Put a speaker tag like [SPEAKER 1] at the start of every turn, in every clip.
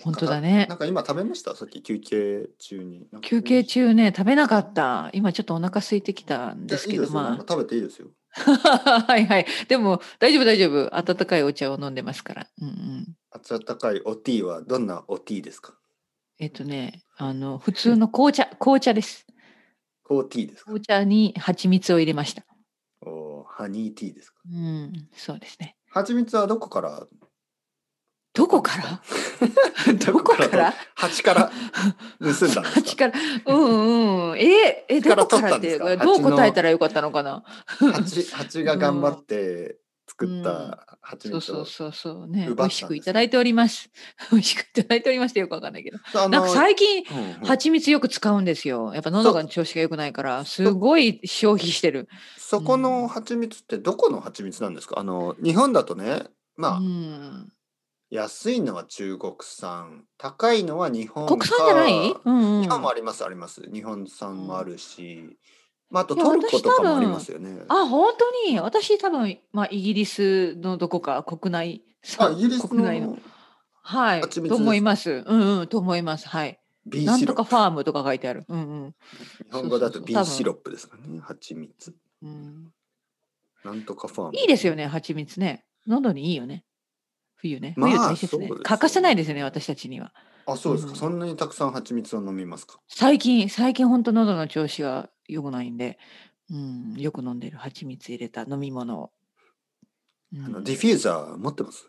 [SPEAKER 1] 本当だね
[SPEAKER 2] なんか今食べましたさっき休憩中に。なんか
[SPEAKER 1] 休憩。中ね食べなかった今ちょっとお腹空いてきたん
[SPEAKER 2] いや
[SPEAKER 1] で
[SPEAKER 2] い
[SPEAKER 1] すけ
[SPEAKER 2] いで
[SPEAKER 1] ど
[SPEAKER 2] すよ。
[SPEAKER 1] ま
[SPEAKER 2] なんか
[SPEAKER 1] あ
[SPEAKER 2] 食べていいですよ。
[SPEAKER 1] はいはい。でも大丈夫大丈夫。温かいお茶を飲んでますから。うんうん。
[SPEAKER 2] 温かいおティーはどんなおティーですか
[SPEAKER 1] えっ、とね、あの普通の紅茶、紅茶です。
[SPEAKER 2] コーティーですか
[SPEAKER 1] 紅茶に蜂蜜を入れました。
[SPEAKER 2] おーハニーティーですか
[SPEAKER 1] うん、そうですね。
[SPEAKER 2] 蜂蜜はどこから
[SPEAKER 1] どこからどこから
[SPEAKER 2] 蜂から盗んだんです
[SPEAKER 1] 蜂
[SPEAKER 2] か
[SPEAKER 1] からうんうん。ええ
[SPEAKER 2] 蜂か
[SPEAKER 1] ど
[SPEAKER 2] ら
[SPEAKER 1] こか
[SPEAKER 2] 取った
[SPEAKER 1] ら
[SPEAKER 2] ん
[SPEAKER 1] っ
[SPEAKER 2] です
[SPEAKER 1] て
[SPEAKER 2] か
[SPEAKER 1] どう
[SPEAKER 2] 蜂の
[SPEAKER 1] 答えたらよかったのかな。
[SPEAKER 2] 蜂蜂が頑張って作った蜂
[SPEAKER 1] そう
[SPEAKER 2] 蜜
[SPEAKER 1] そ
[SPEAKER 2] を
[SPEAKER 1] う。そうそうね。
[SPEAKER 2] 奪ったんです
[SPEAKER 1] 美味し
[SPEAKER 2] ね
[SPEAKER 1] くいただいております。 美味しくいただいておりましてよくわかんないけど。な
[SPEAKER 2] あ
[SPEAKER 1] ん
[SPEAKER 2] の
[SPEAKER 1] か最近
[SPEAKER 2] うんうん
[SPEAKER 1] 蜂蜜よく使うんですよ。やっぱ喉が調子が良くないから、すごい消費してる。
[SPEAKER 2] そこの蜂蜜ってどこの蜂蜜なんですかあの日本だとねまあ、
[SPEAKER 1] うん、
[SPEAKER 2] 安いのは中国産高いのは日本か
[SPEAKER 1] 国産じゃない？うん、うん。
[SPEAKER 2] 日本もありますあります日本産もあるし、まあ、あとトルコとかもありますよね
[SPEAKER 1] あ本当に私多分、まあ、イギリスのどこか国内
[SPEAKER 2] あイギリス
[SPEAKER 1] 国内の
[SPEAKER 2] の
[SPEAKER 1] はい
[SPEAKER 2] 蜂蜜です
[SPEAKER 1] と思いますうんうんと思いますはい
[SPEAKER 2] ビ
[SPEAKER 1] な
[SPEAKER 2] ー
[SPEAKER 1] ん
[SPEAKER 2] シ
[SPEAKER 1] と
[SPEAKER 2] ロッ
[SPEAKER 1] か
[SPEAKER 2] プ
[SPEAKER 1] ファームとか書いてあるうん
[SPEAKER 2] 日本語だと
[SPEAKER 1] そうそうそう
[SPEAKER 2] ビーシロップですかね蜂蜜
[SPEAKER 1] うん、
[SPEAKER 2] なんとかファー
[SPEAKER 1] うん、
[SPEAKER 2] ム
[SPEAKER 1] いいですよね蜂蜜ね喉にいいよね冬ね
[SPEAKER 2] まあ
[SPEAKER 1] 冬大切ね、
[SPEAKER 2] そうですよ
[SPEAKER 1] 欠かせないですね私たちには
[SPEAKER 2] あそうですか、
[SPEAKER 1] うん
[SPEAKER 2] そんなにたくさん蜂蜜を飲みますか
[SPEAKER 1] 最近最近本当喉の調子が良くないんでうんよく飲んでる蜂蜜入れた飲み物を、うん
[SPEAKER 2] あのディフューザー持ってます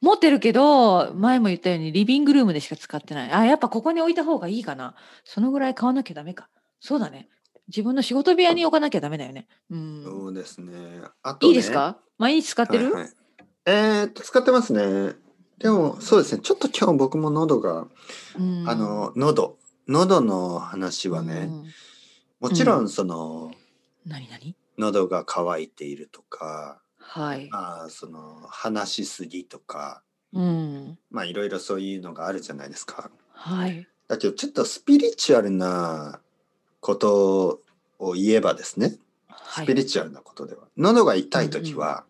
[SPEAKER 1] 持ってるけど、前も言ったようにリビングルームでしか使ってない。あ、やっぱここに置いた方がいいかな。そのぐらい買わなきゃダメか。そうだね。自分の仕事部屋に置かなきゃダメだよね。うん。
[SPEAKER 2] そうですねあとね
[SPEAKER 1] いいですか毎日使ってる、
[SPEAKER 2] はいはいえーっと使ってますねでもそうですねちょっと今日僕も喉が
[SPEAKER 1] うん
[SPEAKER 2] あの、喉喉の話はね、
[SPEAKER 1] うん
[SPEAKER 2] もちろんその、
[SPEAKER 1] 何何
[SPEAKER 2] 喉が渇いているとか、
[SPEAKER 1] はい。
[SPEAKER 2] まあ、その話しすぎとか
[SPEAKER 1] うん。
[SPEAKER 2] まあいろいろそういうのがあるじゃないですか。
[SPEAKER 1] はい。
[SPEAKER 2] だけどちょっとスピリチュアルなことを言えばですね
[SPEAKER 1] は
[SPEAKER 2] ス
[SPEAKER 1] い
[SPEAKER 2] ピ。リチュアルなことでは、喉が痛い時は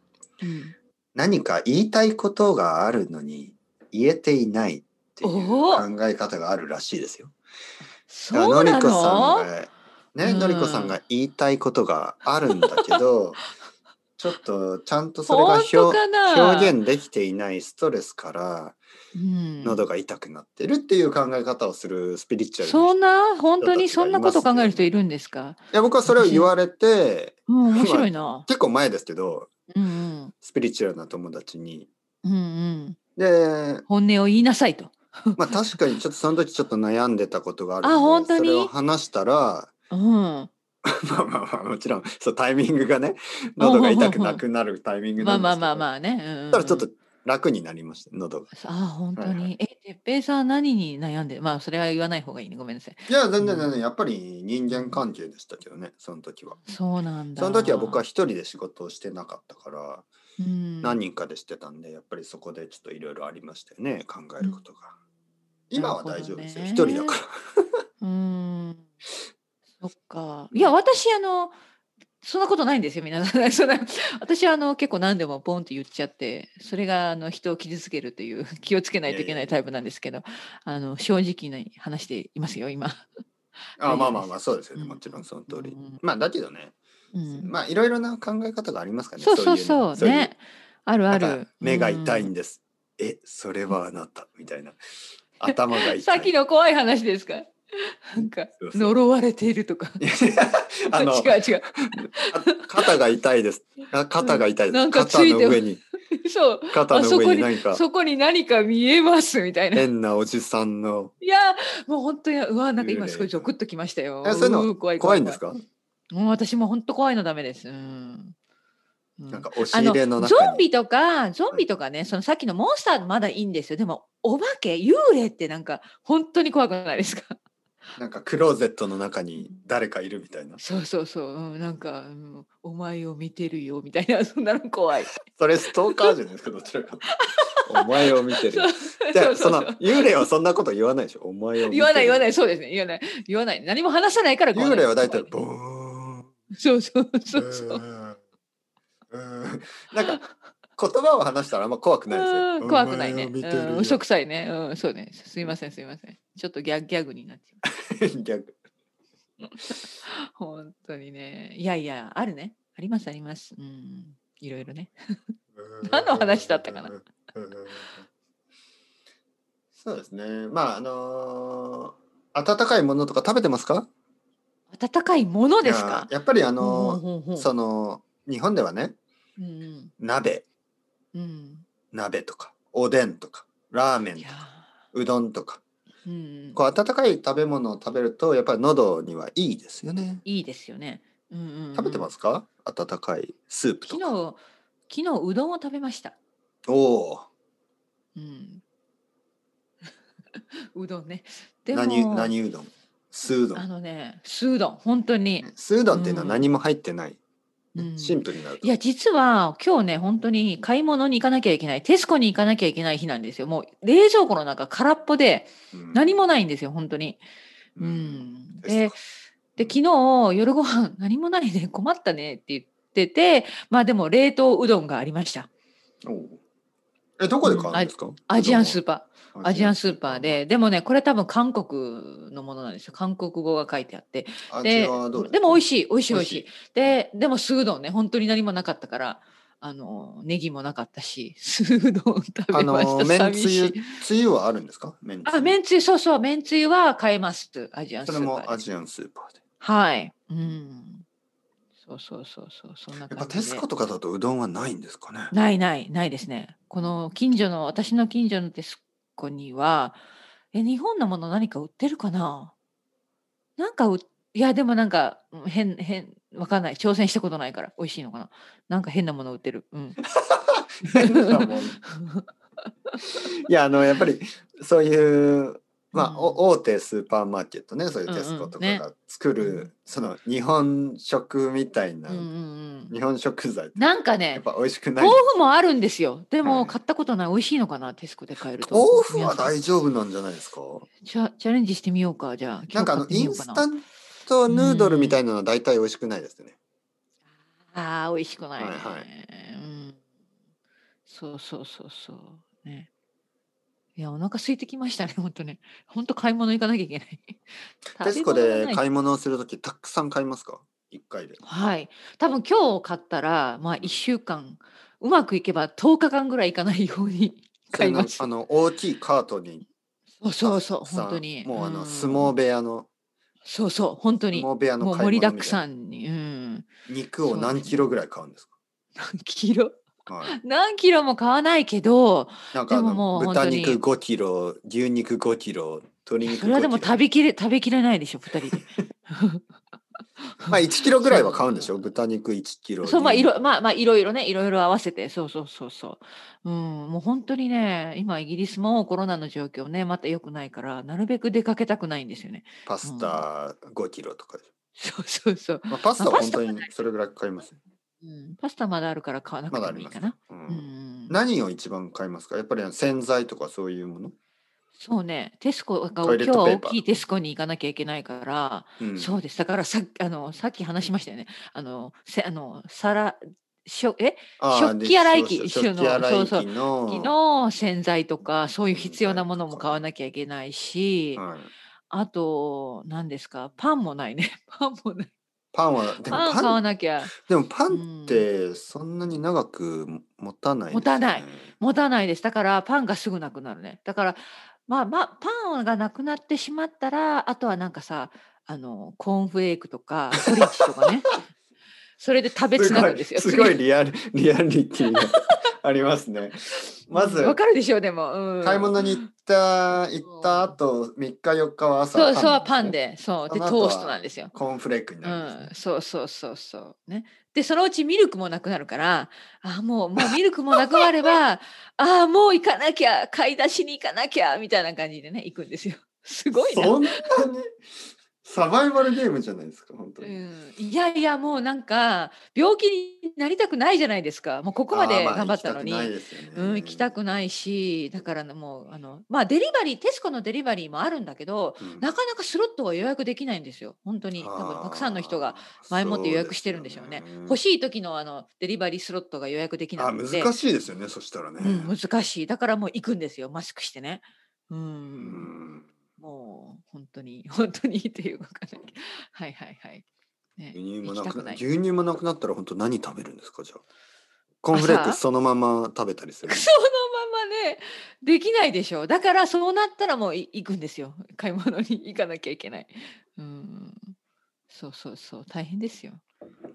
[SPEAKER 1] うん
[SPEAKER 2] 何か言いたいことがあるのに言えていないっていう
[SPEAKER 1] お
[SPEAKER 2] 考
[SPEAKER 1] ー
[SPEAKER 2] え方があるらしいですよ。
[SPEAKER 1] そ
[SPEAKER 2] だから
[SPEAKER 1] うな
[SPEAKER 2] のりこさん
[SPEAKER 1] の
[SPEAKER 2] がね、
[SPEAKER 1] うん
[SPEAKER 2] のりこさんが言いたいことがあるんだ けどちょっとちゃんとそれが表
[SPEAKER 1] 本当かな
[SPEAKER 2] 表現できていないストレスから
[SPEAKER 1] うん
[SPEAKER 2] 喉が痛くなってるっていう考え方をするスピリチュアル
[SPEAKER 1] そ
[SPEAKER 2] な人
[SPEAKER 1] んな、本当にそんなこと考える人いるんですか
[SPEAKER 2] いや僕はそれを言われて
[SPEAKER 1] うん、面白いな。
[SPEAKER 2] 結構前ですけど
[SPEAKER 1] うん
[SPEAKER 2] スピリチュアルな友達に
[SPEAKER 1] うん。うんうん。
[SPEAKER 2] で
[SPEAKER 1] 本音を言いなさいと。
[SPEAKER 2] まあ確かにちょっとその時ちょっと悩んでたことがあるので
[SPEAKER 1] あ本当に
[SPEAKER 2] それを話したら
[SPEAKER 1] うん。
[SPEAKER 2] まあまあまあもちろんそうタイミング がね喉が痛くなくなるタイミング
[SPEAKER 1] ま
[SPEAKER 2] な
[SPEAKER 1] あ
[SPEAKER 2] んですけど、
[SPEAKER 1] まあまあまあね。うんうんうん
[SPEAKER 2] たらちょっと楽になりました喉が
[SPEAKER 1] ああ本当に、
[SPEAKER 2] はいはい
[SPEAKER 1] え哲平さん何に悩んでるまあそれは言わない方がいいねごめんなさい
[SPEAKER 2] いや全然全然やっぱり人間関係でしたけどねその時は
[SPEAKER 1] そうなんだ
[SPEAKER 2] その時は僕は、一人で仕事をしてなかったから
[SPEAKER 1] うん、
[SPEAKER 2] 何人かでしてたんでやっぱりそこでちょっといろいろありましたよね考えることが今は大丈夫ですよ
[SPEAKER 1] な
[SPEAKER 2] 一
[SPEAKER 1] るほど
[SPEAKER 2] 人
[SPEAKER 1] ね
[SPEAKER 2] だか
[SPEAKER 1] うんそっかいや私あのそんなことないんですよ皆さん そんな私はあの結構何でもポンって言っちゃってそれがあの人を傷つけるという 気をつけないといけないタイプなんですけどあの正直に話していますよ今、
[SPEAKER 2] ら あまあまあま
[SPEAKER 1] う
[SPEAKER 2] あ
[SPEAKER 1] ん
[SPEAKER 2] そうですよねもちろんその通り
[SPEAKER 1] うん
[SPEAKER 2] まあだけどね
[SPEAKER 1] うん、
[SPEAKER 2] まあいろいろな考え方がありますからね
[SPEAKER 1] そうそうそう
[SPEAKER 2] い
[SPEAKER 1] ねある
[SPEAKER 2] な
[SPEAKER 1] あ
[SPEAKER 2] んか
[SPEAKER 1] る
[SPEAKER 2] 目が痛い
[SPEAKER 1] うん
[SPEAKER 2] んですえそれはあなたみたいな頭が痛 い
[SPEAKER 1] さっきの怖い話ですか。なんか
[SPEAKER 2] そうそう
[SPEAKER 1] 呪われているとか。
[SPEAKER 2] いやいやあ の
[SPEAKER 1] 違う違
[SPEAKER 2] か肩が痛いです。あ肩が痛いです。
[SPEAKER 1] なんかつ
[SPEAKER 2] 肩
[SPEAKER 1] いて
[SPEAKER 2] の上に、
[SPEAKER 1] う。そう。
[SPEAKER 2] 肩の上に何か
[SPEAKER 1] そこに何か見えますみたいな。い
[SPEAKER 2] 変なおじさんの。
[SPEAKER 1] やー、もう本当に、うわ、なんか今すごいゾクッときましたよ。
[SPEAKER 2] えそういうの
[SPEAKER 1] ー怖
[SPEAKER 2] 怖いんですか？
[SPEAKER 1] もう私も本当怖いのダメです。うん。う
[SPEAKER 2] なんか押し
[SPEAKER 1] あ
[SPEAKER 2] 入
[SPEAKER 1] の
[SPEAKER 2] れの
[SPEAKER 1] ゾ
[SPEAKER 2] 中
[SPEAKER 1] ン
[SPEAKER 2] に。
[SPEAKER 1] ビとかゾンビとかね、そのさっきのモンスターまだいいんですよでもお化け幽霊ってなんか本当に怖くないですか
[SPEAKER 2] なんかクローゼットの中に誰かいるみたいな。
[SPEAKER 1] そうそうそう、うん、なんか、うんお前を見てるよみたいな そんなの怖い
[SPEAKER 2] それストーカーじゃないですか？どちらかというと。お前を見てる
[SPEAKER 1] そ。う
[SPEAKER 2] じゃ
[SPEAKER 1] そ
[SPEAKER 2] あ
[SPEAKER 1] う
[SPEAKER 2] そ
[SPEAKER 1] そうそ
[SPEAKER 2] の
[SPEAKER 1] う
[SPEAKER 2] 幽霊はそんなこと言わないでしょ。お前を見てる。。
[SPEAKER 1] 言わない言わないいそうですね言わない言わない何も話さないから怖い
[SPEAKER 2] 幽霊は大体ボーン。
[SPEAKER 1] そうそうそうそう
[SPEAKER 2] うーんうーんなんか言葉を話したらあんま怖くないです
[SPEAKER 1] う
[SPEAKER 2] ね
[SPEAKER 1] ん。怖くないね。
[SPEAKER 2] お前を見てる
[SPEAKER 1] うん、
[SPEAKER 2] よ
[SPEAKER 1] 嘘くさいね。うん、そうね。すいません、すいません。ちょっとギャギャグになっちゃ
[SPEAKER 2] 逆。
[SPEAKER 1] う。本当にね。いやいや、あるね。あります、あります。うん。いろいろね。何の話だったかな
[SPEAKER 2] うんうんうんうんそうですね。まああのー温かいものとか食べてますか？
[SPEAKER 1] 温かいものです
[SPEAKER 2] いや
[SPEAKER 1] か。
[SPEAKER 2] やっぱりあ
[SPEAKER 1] ほう
[SPEAKER 2] の
[SPEAKER 1] ほうほうほ
[SPEAKER 2] ー
[SPEAKER 1] う
[SPEAKER 2] その日本ではね、
[SPEAKER 1] うん
[SPEAKER 2] 鍋、
[SPEAKER 1] うん。うん。
[SPEAKER 2] 鍋とかおでんとかラーメン
[SPEAKER 1] い
[SPEAKER 2] と
[SPEAKER 1] や
[SPEAKER 2] かうどんとか、
[SPEAKER 1] ー。うん。
[SPEAKER 2] こう温かい食べ物を食べるとやっぱり喉にはいいですよね。
[SPEAKER 1] いいですよね。うんうんうん。
[SPEAKER 2] 食べてますか？温かいスープと
[SPEAKER 1] 昨
[SPEAKER 2] か。
[SPEAKER 1] 日、昨日うどんを食べました。
[SPEAKER 2] おお。
[SPEAKER 1] うん。 うどんね。でも
[SPEAKER 2] 何何うどん？酢うど
[SPEAKER 1] あ
[SPEAKER 2] ん。
[SPEAKER 1] のね、酢うどん、本当に。
[SPEAKER 2] 酢うどんっていうのは
[SPEAKER 1] うん
[SPEAKER 2] 何も入ってない。
[SPEAKER 1] うん
[SPEAKER 2] シンプルになると。
[SPEAKER 1] いや、実は今日ね、本当に買い物に行かなきゃいけない、テスコに行かなきゃいけない日なんですよ。もう冷蔵庫の中空っぽで
[SPEAKER 2] うん
[SPEAKER 1] 何もないんですよ、本当に。う
[SPEAKER 2] うん
[SPEAKER 1] ん。
[SPEAKER 2] で
[SPEAKER 1] です
[SPEAKER 2] か、
[SPEAKER 1] で昨日夜ご飯何もないね、困ったねって言ってて、まあでも冷凍うどんがありました。
[SPEAKER 2] おうえどこで買うんですか、
[SPEAKER 1] アジアンスー
[SPEAKER 2] パ
[SPEAKER 1] パー。アジアンスーパーで。でもね、これ多分韓国のものなんですよ。韓国語が書いてあって。で、
[SPEAKER 2] 味はどう
[SPEAKER 1] でも美味
[SPEAKER 2] しい
[SPEAKER 1] しい、美味しい、美味しい
[SPEAKER 2] 美。
[SPEAKER 1] で、でも酢うどんね、本当に何もなかったから、あの、ネギもなかったし、 酢うどん食
[SPEAKER 2] あ
[SPEAKER 1] べまし
[SPEAKER 2] の
[SPEAKER 1] た。
[SPEAKER 2] めん
[SPEAKER 1] 寂
[SPEAKER 2] つ
[SPEAKER 1] し
[SPEAKER 2] ゆ
[SPEAKER 1] い。
[SPEAKER 2] つゆはあるんですかめんつゆ
[SPEAKER 1] あ、めんつゆ、そうそう、めんつゆは買えます。アジアンス
[SPEAKER 2] それ
[SPEAKER 1] ーパ
[SPEAKER 2] も
[SPEAKER 1] ー
[SPEAKER 2] ア
[SPEAKER 1] で。
[SPEAKER 2] ジアンスーパーで
[SPEAKER 1] はい。うん。そうそうそうそう、そんな
[SPEAKER 2] やっぱ
[SPEAKER 1] 感じで。
[SPEAKER 2] テスコとかだとうどんはないんですかね
[SPEAKER 1] ないないないですね。この近所の私の近所のテスコにはえ日本のもの何か売ってるかななんかういやでもなんかうん変変わかんない挑戦したことないから美味しいのかななんか変なもの売ってる。うん、
[SPEAKER 2] いやあのやっぱりそういう まあ、
[SPEAKER 1] うん
[SPEAKER 2] お大手スーパーマーケットねそういうテスコとか
[SPEAKER 1] うんうん
[SPEAKER 2] が作る、
[SPEAKER 1] うん
[SPEAKER 2] その日本食みたいな、
[SPEAKER 1] うんうんうん
[SPEAKER 2] 日本食材って
[SPEAKER 1] なんか
[SPEAKER 2] や
[SPEAKER 1] ね
[SPEAKER 2] っぱ美味しくない
[SPEAKER 1] 豆腐もあるんですよ。で
[SPEAKER 2] は
[SPEAKER 1] も
[SPEAKER 2] い
[SPEAKER 1] 買ったことない美味しいのかなテスコで買えると。
[SPEAKER 2] 豆腐は
[SPEAKER 1] 皆さん
[SPEAKER 2] 大丈夫なんじゃないですか
[SPEAKER 1] チャチャレンジしてみようかじゃあ。
[SPEAKER 2] なんかあの
[SPEAKER 1] 今日買ってみ
[SPEAKER 2] イ
[SPEAKER 1] よ
[SPEAKER 2] ン
[SPEAKER 1] うか
[SPEAKER 2] ス
[SPEAKER 1] な
[SPEAKER 2] タントヌードルみたいなのは大体美味しくないですね。
[SPEAKER 1] ああ、美味しくないね。
[SPEAKER 2] はいはい
[SPEAKER 1] うん。そうそうそうそう。ね。いや、お腹空いてきましたね、 本当ね。本当買い物行かなきゃいけない。
[SPEAKER 2] テスコ
[SPEAKER 1] 食べ物が
[SPEAKER 2] で
[SPEAKER 1] ない
[SPEAKER 2] 買い物をするときたくさん買いますか一回で。
[SPEAKER 1] はい。多分今日買ったら、まあ1週間、うまくいけば10日間ぐらい行かないよう に買います
[SPEAKER 2] それ。のあの大きいカートに
[SPEAKER 1] そうそうそう、
[SPEAKER 2] たくさん
[SPEAKER 1] 本当に。
[SPEAKER 2] もうあ
[SPEAKER 1] う
[SPEAKER 2] の
[SPEAKER 1] ん
[SPEAKER 2] 相撲部屋の
[SPEAKER 1] そうそう、本当
[SPEAKER 2] 相
[SPEAKER 1] に。
[SPEAKER 2] 撲部屋の
[SPEAKER 1] もう
[SPEAKER 2] 買い
[SPEAKER 1] 盛り
[SPEAKER 2] 物みた
[SPEAKER 1] だ
[SPEAKER 2] い
[SPEAKER 1] く
[SPEAKER 2] な
[SPEAKER 1] さんに。うん。
[SPEAKER 2] 肉を何キロぐらい買うんです
[SPEAKER 1] 何キロ
[SPEAKER 2] か、はい、
[SPEAKER 1] 何キロも買わないけど、
[SPEAKER 2] なんかあ
[SPEAKER 1] でもも
[SPEAKER 2] の
[SPEAKER 1] う本当
[SPEAKER 2] 豚
[SPEAKER 1] に
[SPEAKER 2] 肉5キロ牛肉5キロ鶏肉5キロ
[SPEAKER 1] それはでも食べきれ食べきれないでしょ2人で。
[SPEAKER 2] まあ1キロぐらいは買うんでしょ豚肉1キロ
[SPEAKER 1] そうまあい
[SPEAKER 2] 牛肉
[SPEAKER 1] ろ まあまあいろいろねいろいろ合わせてそうそうそうそう。うんもう本当にね今イギリスもコロナの状況ねまた良くないからなるべく出かけたくないんですよね。
[SPEAKER 2] パスタ5キロとかでし
[SPEAKER 1] そうそうそう。
[SPEAKER 2] ょ、まあ、パスタ
[SPEAKER 1] ま
[SPEAKER 2] は
[SPEAKER 1] あパ
[SPEAKER 2] 本
[SPEAKER 1] スタ
[SPEAKER 2] 当にそれぐらい買います
[SPEAKER 1] うん、パスタまだあるから買わなく
[SPEAKER 2] まだ
[SPEAKER 1] て
[SPEAKER 2] あ
[SPEAKER 1] もい
[SPEAKER 2] り
[SPEAKER 1] い
[SPEAKER 2] ます
[SPEAKER 1] か
[SPEAKER 2] よ
[SPEAKER 1] な。
[SPEAKER 2] うん
[SPEAKER 1] うん、
[SPEAKER 2] 何を一番買いますかやっぱりあの洗剤とかそういうもの、
[SPEAKER 1] そうねテスコが
[SPEAKER 2] ト
[SPEAKER 1] 今
[SPEAKER 2] イレッ
[SPEAKER 1] 日
[SPEAKER 2] トペーパ
[SPEAKER 1] は大
[SPEAKER 2] ー
[SPEAKER 1] きいテスコに行かなきゃいけないから、
[SPEAKER 2] うん
[SPEAKER 1] そうですだからさっきあのさっき話しましたよねあのせあの皿しょえ
[SPEAKER 2] あーで
[SPEAKER 1] 食器洗い機
[SPEAKER 2] そう
[SPEAKER 1] 収
[SPEAKER 2] 食
[SPEAKER 1] 納
[SPEAKER 2] 器洗い
[SPEAKER 1] そう
[SPEAKER 2] 機の
[SPEAKER 1] 機の洗剤とかそういう必要なもの
[SPEAKER 2] 洗
[SPEAKER 1] も
[SPEAKER 2] 剤とか
[SPEAKER 1] 買わなきゃいけないし、
[SPEAKER 2] はい、
[SPEAKER 1] あと何ですかパンもないね パンもない
[SPEAKER 2] パンはでも
[SPEAKER 1] パン
[SPEAKER 2] パン
[SPEAKER 1] 買わなきゃ
[SPEAKER 2] でもパンってそんなに長くも持たない
[SPEAKER 1] 持
[SPEAKER 2] ですよね、
[SPEAKER 1] たない持たないですだからパンがすぐなくなるねだからまあまあパンがなくなってしまったらあとはなんかさあのコーンフレークとかポリッジとか ねそれで食べつ
[SPEAKER 2] す
[SPEAKER 1] な
[SPEAKER 2] ご
[SPEAKER 1] ぐん
[SPEAKER 2] い
[SPEAKER 1] ですよ
[SPEAKER 2] すごいリアルリアリティがありますねまず
[SPEAKER 1] わかるでしょうでも、うん、
[SPEAKER 2] 買い物に行った行った後3日4日は朝
[SPEAKER 1] そうそうパ
[SPEAKER 2] パン
[SPEAKER 1] ン
[SPEAKER 2] です
[SPEAKER 1] でそう
[SPEAKER 2] ね
[SPEAKER 1] で
[SPEAKER 2] その
[SPEAKER 1] ト
[SPEAKER 2] 後は
[SPEAKER 1] ーストなんですよ
[SPEAKER 2] コーンフレークに
[SPEAKER 1] う
[SPEAKER 2] なるん
[SPEAKER 1] ん
[SPEAKER 2] です、
[SPEAKER 1] そうそうそうそうね。でそのうちミルクもなくなるからあもうもうミルクもなくなればあーもう行かなきゃ 買い出しに行かなきゃみたいな感じでね行くんですよ。すごい
[SPEAKER 2] ね
[SPEAKER 1] な。
[SPEAKER 2] そんなにサバイバルゲームじゃないですか、本当
[SPEAKER 1] う
[SPEAKER 2] に。
[SPEAKER 1] ん、いやいやもうなんか病気になりたくないじゃないですかもうここまで
[SPEAKER 2] あーあ
[SPEAKER 1] 頑張ったのに、
[SPEAKER 2] 行きたくないですよね
[SPEAKER 1] うん、行きたくないしだからもうあのまあデリバリーテスコのデリバリーもあるんだけど
[SPEAKER 2] うん
[SPEAKER 1] なかなかスロットは予約できないんですよ本当に多分たくさんの人が前もって予約してるんでしょうね欲
[SPEAKER 2] い
[SPEAKER 1] しい時のあのデリバリースロットが予約できな
[SPEAKER 2] あ
[SPEAKER 1] くて
[SPEAKER 2] 難しいですよね、そしたらね。
[SPEAKER 1] うん、難しいだからもう行くんですよマスクしてね。う、
[SPEAKER 2] うんん
[SPEAKER 1] もう本当に 本当にっていうわかんないけどはいはいはい、ね、
[SPEAKER 2] 牛乳
[SPEAKER 1] 行
[SPEAKER 2] もな
[SPEAKER 1] きた
[SPEAKER 2] く
[SPEAKER 1] く
[SPEAKER 2] な
[SPEAKER 1] ない
[SPEAKER 2] 牛乳もなくなったら本当何食べるんですかじゃあコーンフレーク
[SPEAKER 1] 朝
[SPEAKER 2] スそのまま食べたりする
[SPEAKER 1] そのままねできないでしょだからそうなったらもうい行くんですよ買い物に行かなきゃいけないうんそうそうそう大変ですようん本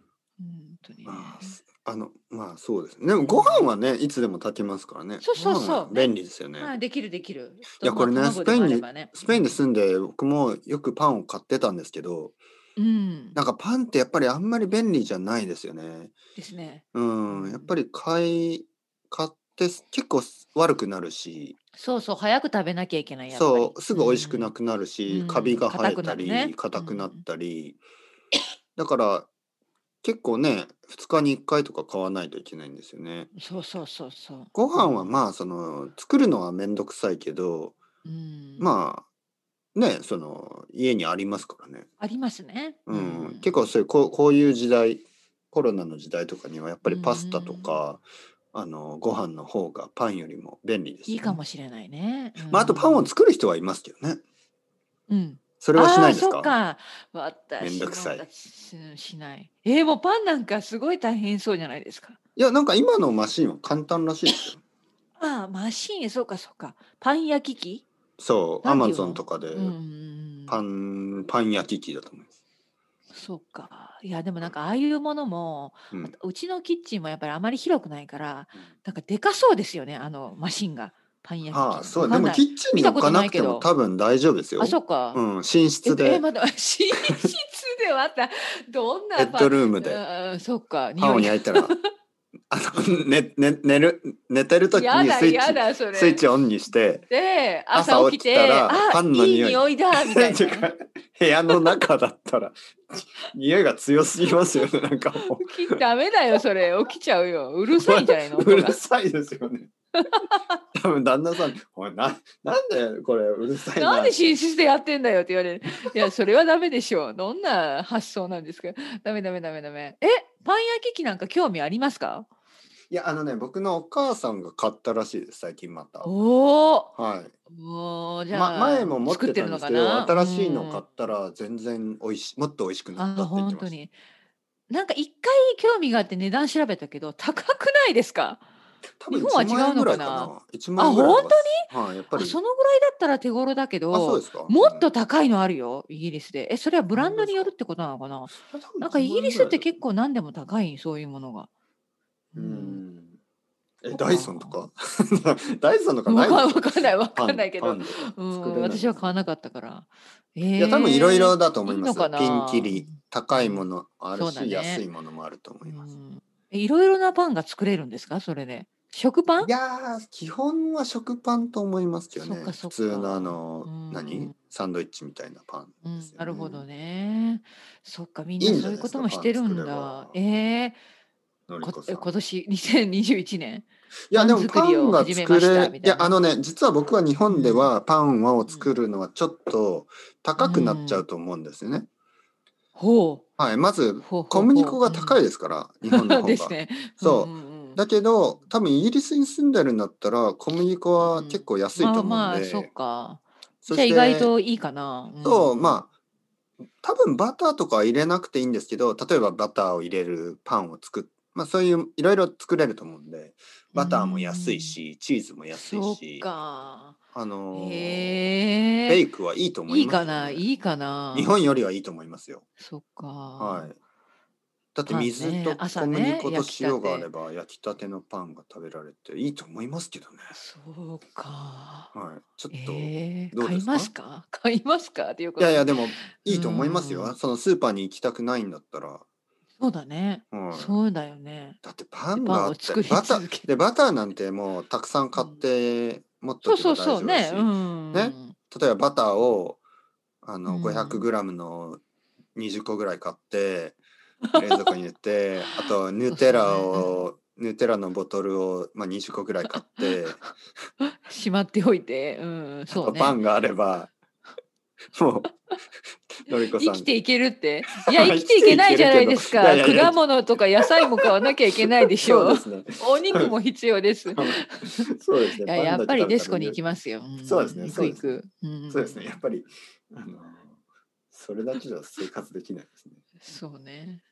[SPEAKER 1] 当にね、
[SPEAKER 2] まあすあのまあそうですねでもご飯はねいつでも炊きますからね
[SPEAKER 1] そうそうそう
[SPEAKER 2] ご飯は便利ですよね、
[SPEAKER 1] まあできるできる
[SPEAKER 2] いやこれね
[SPEAKER 1] まあ
[SPEAKER 2] スペイン
[SPEAKER 1] 卵で
[SPEAKER 2] に
[SPEAKER 1] もあればね
[SPEAKER 2] スペインに住んで僕もよくパンを買ってたんですけど
[SPEAKER 1] うん
[SPEAKER 2] なんかパンってやっぱりあんまり便利じゃないですよね
[SPEAKER 1] ですね
[SPEAKER 2] うんやっぱり買い買って結構悪くなるし
[SPEAKER 1] そうそう早く食べなきゃいけないやっぱり
[SPEAKER 2] そうすぐ美味しくな
[SPEAKER 1] うん
[SPEAKER 2] くなるし、
[SPEAKER 1] うん
[SPEAKER 2] カビが生
[SPEAKER 1] 硬
[SPEAKER 2] えた
[SPEAKER 1] くなる
[SPEAKER 2] り
[SPEAKER 1] ね
[SPEAKER 2] 硬くなったり、だから結構ね2日に1回とか買わないといけないんですよね。
[SPEAKER 1] そうそうそうそう
[SPEAKER 2] ご飯はまあその作るのはめんどくさいけど、
[SPEAKER 1] うん
[SPEAKER 2] まあねその家にありますからね、
[SPEAKER 1] ありますね
[SPEAKER 2] うん結構そういうこうこういう時代コロナの時代とかにはやっぱりパスタとか、あのご飯の方がパンよりも便利ですよね、
[SPEAKER 1] いいかもしれないね、
[SPEAKER 2] まあ、あとパンを作る人はいますけどね
[SPEAKER 1] うん
[SPEAKER 2] それはしないです
[SPEAKER 1] あーそっか私
[SPEAKER 2] めんどくさい
[SPEAKER 1] もうんしないえー、もうパンなんかすごい大変そうじゃないですか
[SPEAKER 2] いや、なんか今のマシンは簡単らしいですよ。
[SPEAKER 1] ああマシーンそうかそうかパン焼き器、
[SPEAKER 2] そう、ア
[SPEAKER 1] なん
[SPEAKER 2] マ
[SPEAKER 1] ていう
[SPEAKER 2] ゾ
[SPEAKER 1] の
[SPEAKER 2] ンとかで
[SPEAKER 1] うん
[SPEAKER 2] パン、パン焼き器だと思います。
[SPEAKER 1] そうかいやでもなんかああいうものも
[SPEAKER 2] うん
[SPEAKER 1] あとうちのキッチンもやっぱりあまり広くないからなんかでかそうですよねあのマシンがパン焼き器
[SPEAKER 2] はあ、そう、
[SPEAKER 1] わか
[SPEAKER 2] で
[SPEAKER 1] ん
[SPEAKER 2] も
[SPEAKER 1] ない
[SPEAKER 2] キッチンに置かなくて
[SPEAKER 1] 見た
[SPEAKER 2] も
[SPEAKER 1] ことな
[SPEAKER 2] 多分大丈夫ですよ。
[SPEAKER 1] あそうか、
[SPEAKER 2] うん、寝室
[SPEAKER 1] ええ
[SPEAKER 2] で、
[SPEAKER 1] まだ 寝室ではあったどんな
[SPEAKER 2] ベッドルーム
[SPEAKER 1] で
[SPEAKER 2] で
[SPEAKER 1] そうか
[SPEAKER 2] パン
[SPEAKER 1] 匂
[SPEAKER 2] を
[SPEAKER 1] い
[SPEAKER 2] 焼いたら、 あの、寝、寝、寝る、寝てる時
[SPEAKER 1] や
[SPEAKER 2] に
[SPEAKER 1] だ
[SPEAKER 2] スイ
[SPEAKER 1] や
[SPEAKER 2] ッ
[SPEAKER 1] だそれ
[SPEAKER 2] チ、スイッチオンにして、
[SPEAKER 1] で
[SPEAKER 2] 朝
[SPEAKER 1] 朝起
[SPEAKER 2] 起き
[SPEAKER 1] き
[SPEAKER 2] た
[SPEAKER 1] て
[SPEAKER 2] らパ
[SPEAKER 1] あ
[SPEAKER 2] ンの匂い
[SPEAKER 1] いい匂いだみ たい
[SPEAKER 2] てか
[SPEAKER 1] な
[SPEAKER 2] 部屋の中だったら、匂いが強すぎますよね、なんかもう。
[SPEAKER 1] 起きダメだよそれ起きちゃうようるさいんじゃないの
[SPEAKER 2] う
[SPEAKER 1] 音が
[SPEAKER 2] るさいです よね。多分旦那さん、おい、な、なんでこれうるさい な。
[SPEAKER 1] なんで寝室でやってんだよって言われるいやそれはダメでしょうどんな発想なんですかダメダメダメダメえパン焼き器なんか興味ありますか
[SPEAKER 2] いや、あのね、僕のお母さんが買ったらしいです、最近また。
[SPEAKER 1] おお
[SPEAKER 2] はい。
[SPEAKER 1] もうじゃあ、
[SPEAKER 2] ま、前も持ってたんですけど、
[SPEAKER 1] 作ってるのかな
[SPEAKER 2] 新しいの買ったら全然美味しい、もっと美味しくな
[SPEAKER 1] あ
[SPEAKER 2] ったって言っ
[SPEAKER 1] 本
[SPEAKER 2] てま
[SPEAKER 1] 当
[SPEAKER 2] し
[SPEAKER 1] に。なんか一回興味があって値段調べたけど高くないですか
[SPEAKER 2] た。多分
[SPEAKER 1] 日本は
[SPEAKER 2] 1万円ぐらい
[SPEAKER 1] 違うのか
[SPEAKER 2] な。1万円ぐらい
[SPEAKER 1] あ本
[SPEAKER 2] 当にはい、やっぱ
[SPEAKER 1] あ
[SPEAKER 2] り。
[SPEAKER 1] そのぐらいだったら手頃だけ
[SPEAKER 2] あ、そう
[SPEAKER 1] ど
[SPEAKER 2] ですか。
[SPEAKER 1] もっ
[SPEAKER 2] う
[SPEAKER 1] と
[SPEAKER 2] ん
[SPEAKER 1] 高いのあるよイギリスでえそれはブランドによるってことなのかななんかイギリスって結構何でも高いそういうものが。
[SPEAKER 2] う
[SPEAKER 1] うん
[SPEAKER 2] ん。え、ダイソンとかダイソンとかな
[SPEAKER 1] わ
[SPEAKER 2] いで
[SPEAKER 1] か
[SPEAKER 2] し
[SPEAKER 1] わか
[SPEAKER 2] ょ
[SPEAKER 1] んないわかんないけ
[SPEAKER 2] パ
[SPEAKER 1] ど
[SPEAKER 2] ンパンとか作
[SPEAKER 1] う
[SPEAKER 2] れない
[SPEAKER 1] ん私は買わなかったから。
[SPEAKER 2] い
[SPEAKER 1] い
[SPEAKER 2] や多分いろいろだと思いま
[SPEAKER 1] いい
[SPEAKER 2] す
[SPEAKER 1] のかな
[SPEAKER 2] ピンキリ高いものある
[SPEAKER 1] そう
[SPEAKER 2] し、
[SPEAKER 1] だね
[SPEAKER 2] 安いものもあると思います、
[SPEAKER 1] いろいろなパンが作れるんですかそれで。食パン
[SPEAKER 2] いやー基本は食パンと思いますけど
[SPEAKER 1] そ
[SPEAKER 2] ね
[SPEAKER 1] っかそ
[SPEAKER 2] 普
[SPEAKER 1] っか
[SPEAKER 2] 通のあの
[SPEAKER 1] うん
[SPEAKER 2] 何サンドイッチみたいなパン
[SPEAKER 1] うん
[SPEAKER 2] ですよね
[SPEAKER 1] なるほどね。そっかみん
[SPEAKER 2] いいん
[SPEAKER 1] な
[SPEAKER 2] じゃ
[SPEAKER 1] そう
[SPEAKER 2] ないいうです
[SPEAKER 1] こ
[SPEAKER 2] か
[SPEAKER 1] ともしてるん
[SPEAKER 2] パン
[SPEAKER 1] だ
[SPEAKER 2] 作。
[SPEAKER 1] ええ
[SPEAKER 2] のり
[SPEAKER 1] こ
[SPEAKER 2] こさん
[SPEAKER 1] 今年2021年。
[SPEAKER 2] いやでもパ
[SPEAKER 1] パン作り
[SPEAKER 2] ン
[SPEAKER 1] を
[SPEAKER 2] が
[SPEAKER 1] 始め
[SPEAKER 2] 作
[SPEAKER 1] ました
[SPEAKER 2] れ
[SPEAKER 1] み
[SPEAKER 2] い
[SPEAKER 1] たいな
[SPEAKER 2] やあのね実は僕は日本ではパンを作るのはちょっと高くなっちゃうと思うんですよね、
[SPEAKER 1] ほう。
[SPEAKER 2] はいま
[SPEAKER 1] ほう
[SPEAKER 2] ず
[SPEAKER 1] ほうほう
[SPEAKER 2] 小麦粉が高いですから、日本の方
[SPEAKER 1] です
[SPEAKER 2] が、
[SPEAKER 1] ね。
[SPEAKER 2] そうん
[SPEAKER 1] んん
[SPEAKER 2] だけど多分イギリスに住んでるんだったら小麦粉は結構安いと思うんで、
[SPEAKER 1] まあまあそっか。
[SPEAKER 2] そ
[SPEAKER 1] じ
[SPEAKER 2] し
[SPEAKER 1] ゃあ
[SPEAKER 2] て
[SPEAKER 1] 意外といいかな。うん
[SPEAKER 2] と、まあ多分バターとかは入れなくていいんですけど例えばバターを入れるパンを作っまあそういういろいろ作れると思うんでバターも安いし、チーズも安い
[SPEAKER 1] そっ
[SPEAKER 2] し
[SPEAKER 1] か。
[SPEAKER 2] あのー
[SPEAKER 1] へ
[SPEAKER 2] ベ
[SPEAKER 1] え。
[SPEAKER 2] イクはいいと思
[SPEAKER 1] い
[SPEAKER 2] い
[SPEAKER 1] い
[SPEAKER 2] ます
[SPEAKER 1] か
[SPEAKER 2] よね、
[SPEAKER 1] な、いいかな。
[SPEAKER 2] 日本よりはいいと思いますよ。
[SPEAKER 1] そっか。
[SPEAKER 2] はい、だって
[SPEAKER 1] パンね
[SPEAKER 2] 水と
[SPEAKER 1] 朝
[SPEAKER 2] 小
[SPEAKER 1] ね
[SPEAKER 2] 麦粉と
[SPEAKER 1] 焼きたて
[SPEAKER 2] 塩があれば焼きたてのパンが食べられていいと思いますけどね。
[SPEAKER 1] そうか。
[SPEAKER 2] はい、ちょっと、
[SPEAKER 1] ええ
[SPEAKER 2] どう
[SPEAKER 1] 買
[SPEAKER 2] で
[SPEAKER 1] い
[SPEAKER 2] すか
[SPEAKER 1] ますか買いますかっていうこ
[SPEAKER 2] い
[SPEAKER 1] と
[SPEAKER 2] やいやでもいいと思います
[SPEAKER 1] う
[SPEAKER 2] よ。
[SPEAKER 1] ん
[SPEAKER 2] そのスーパーに行きたくないんだったら。
[SPEAKER 1] そうだね。
[SPEAKER 2] うん
[SPEAKER 1] そうだよね。
[SPEAKER 2] だってパン
[SPEAKER 1] でパン
[SPEAKER 2] があっ
[SPEAKER 1] を
[SPEAKER 2] て
[SPEAKER 1] 作り
[SPEAKER 2] バタ
[SPEAKER 1] 続け
[SPEAKER 2] ーでバターなんてもうたくさん買って持っ
[SPEAKER 1] そ
[SPEAKER 2] と
[SPEAKER 1] う
[SPEAKER 2] けば
[SPEAKER 1] そうそう
[SPEAKER 2] 大丈夫だし、
[SPEAKER 1] ね。うん。
[SPEAKER 2] ね例えばバターをあの
[SPEAKER 1] うん
[SPEAKER 2] 500g の20個ぐらい 買って冷蔵庫に入れてあとヌテラをヌテラのボトルを、まあ、20個ぐらい買って
[SPEAKER 1] しまっておいて、うん、
[SPEAKER 2] あ
[SPEAKER 1] そう
[SPEAKER 2] と
[SPEAKER 1] ね。
[SPEAKER 2] パンがあればもうのりこさ
[SPEAKER 1] 生
[SPEAKER 2] ん
[SPEAKER 1] きていけるって。い や、生きていけないじゃないですか。
[SPEAKER 2] 生きていけるけどいやいやいや
[SPEAKER 1] 果物とか野菜も買わなきゃいけないでしょ
[SPEAKER 2] そう
[SPEAKER 1] う
[SPEAKER 2] で。すね
[SPEAKER 1] お肉も必要です。い
[SPEAKER 2] そうですね
[SPEAKER 1] や、やっぱりデスコに行き
[SPEAKER 2] ま
[SPEAKER 1] ますよ。ん
[SPEAKER 2] そうですね
[SPEAKER 1] 行
[SPEAKER 2] そ
[SPEAKER 1] く
[SPEAKER 2] うで
[SPEAKER 1] 行
[SPEAKER 2] すね
[SPEAKER 1] く。うん
[SPEAKER 2] そうですねやっぱりあのそれだけじゃ生活できないですね
[SPEAKER 1] そうね。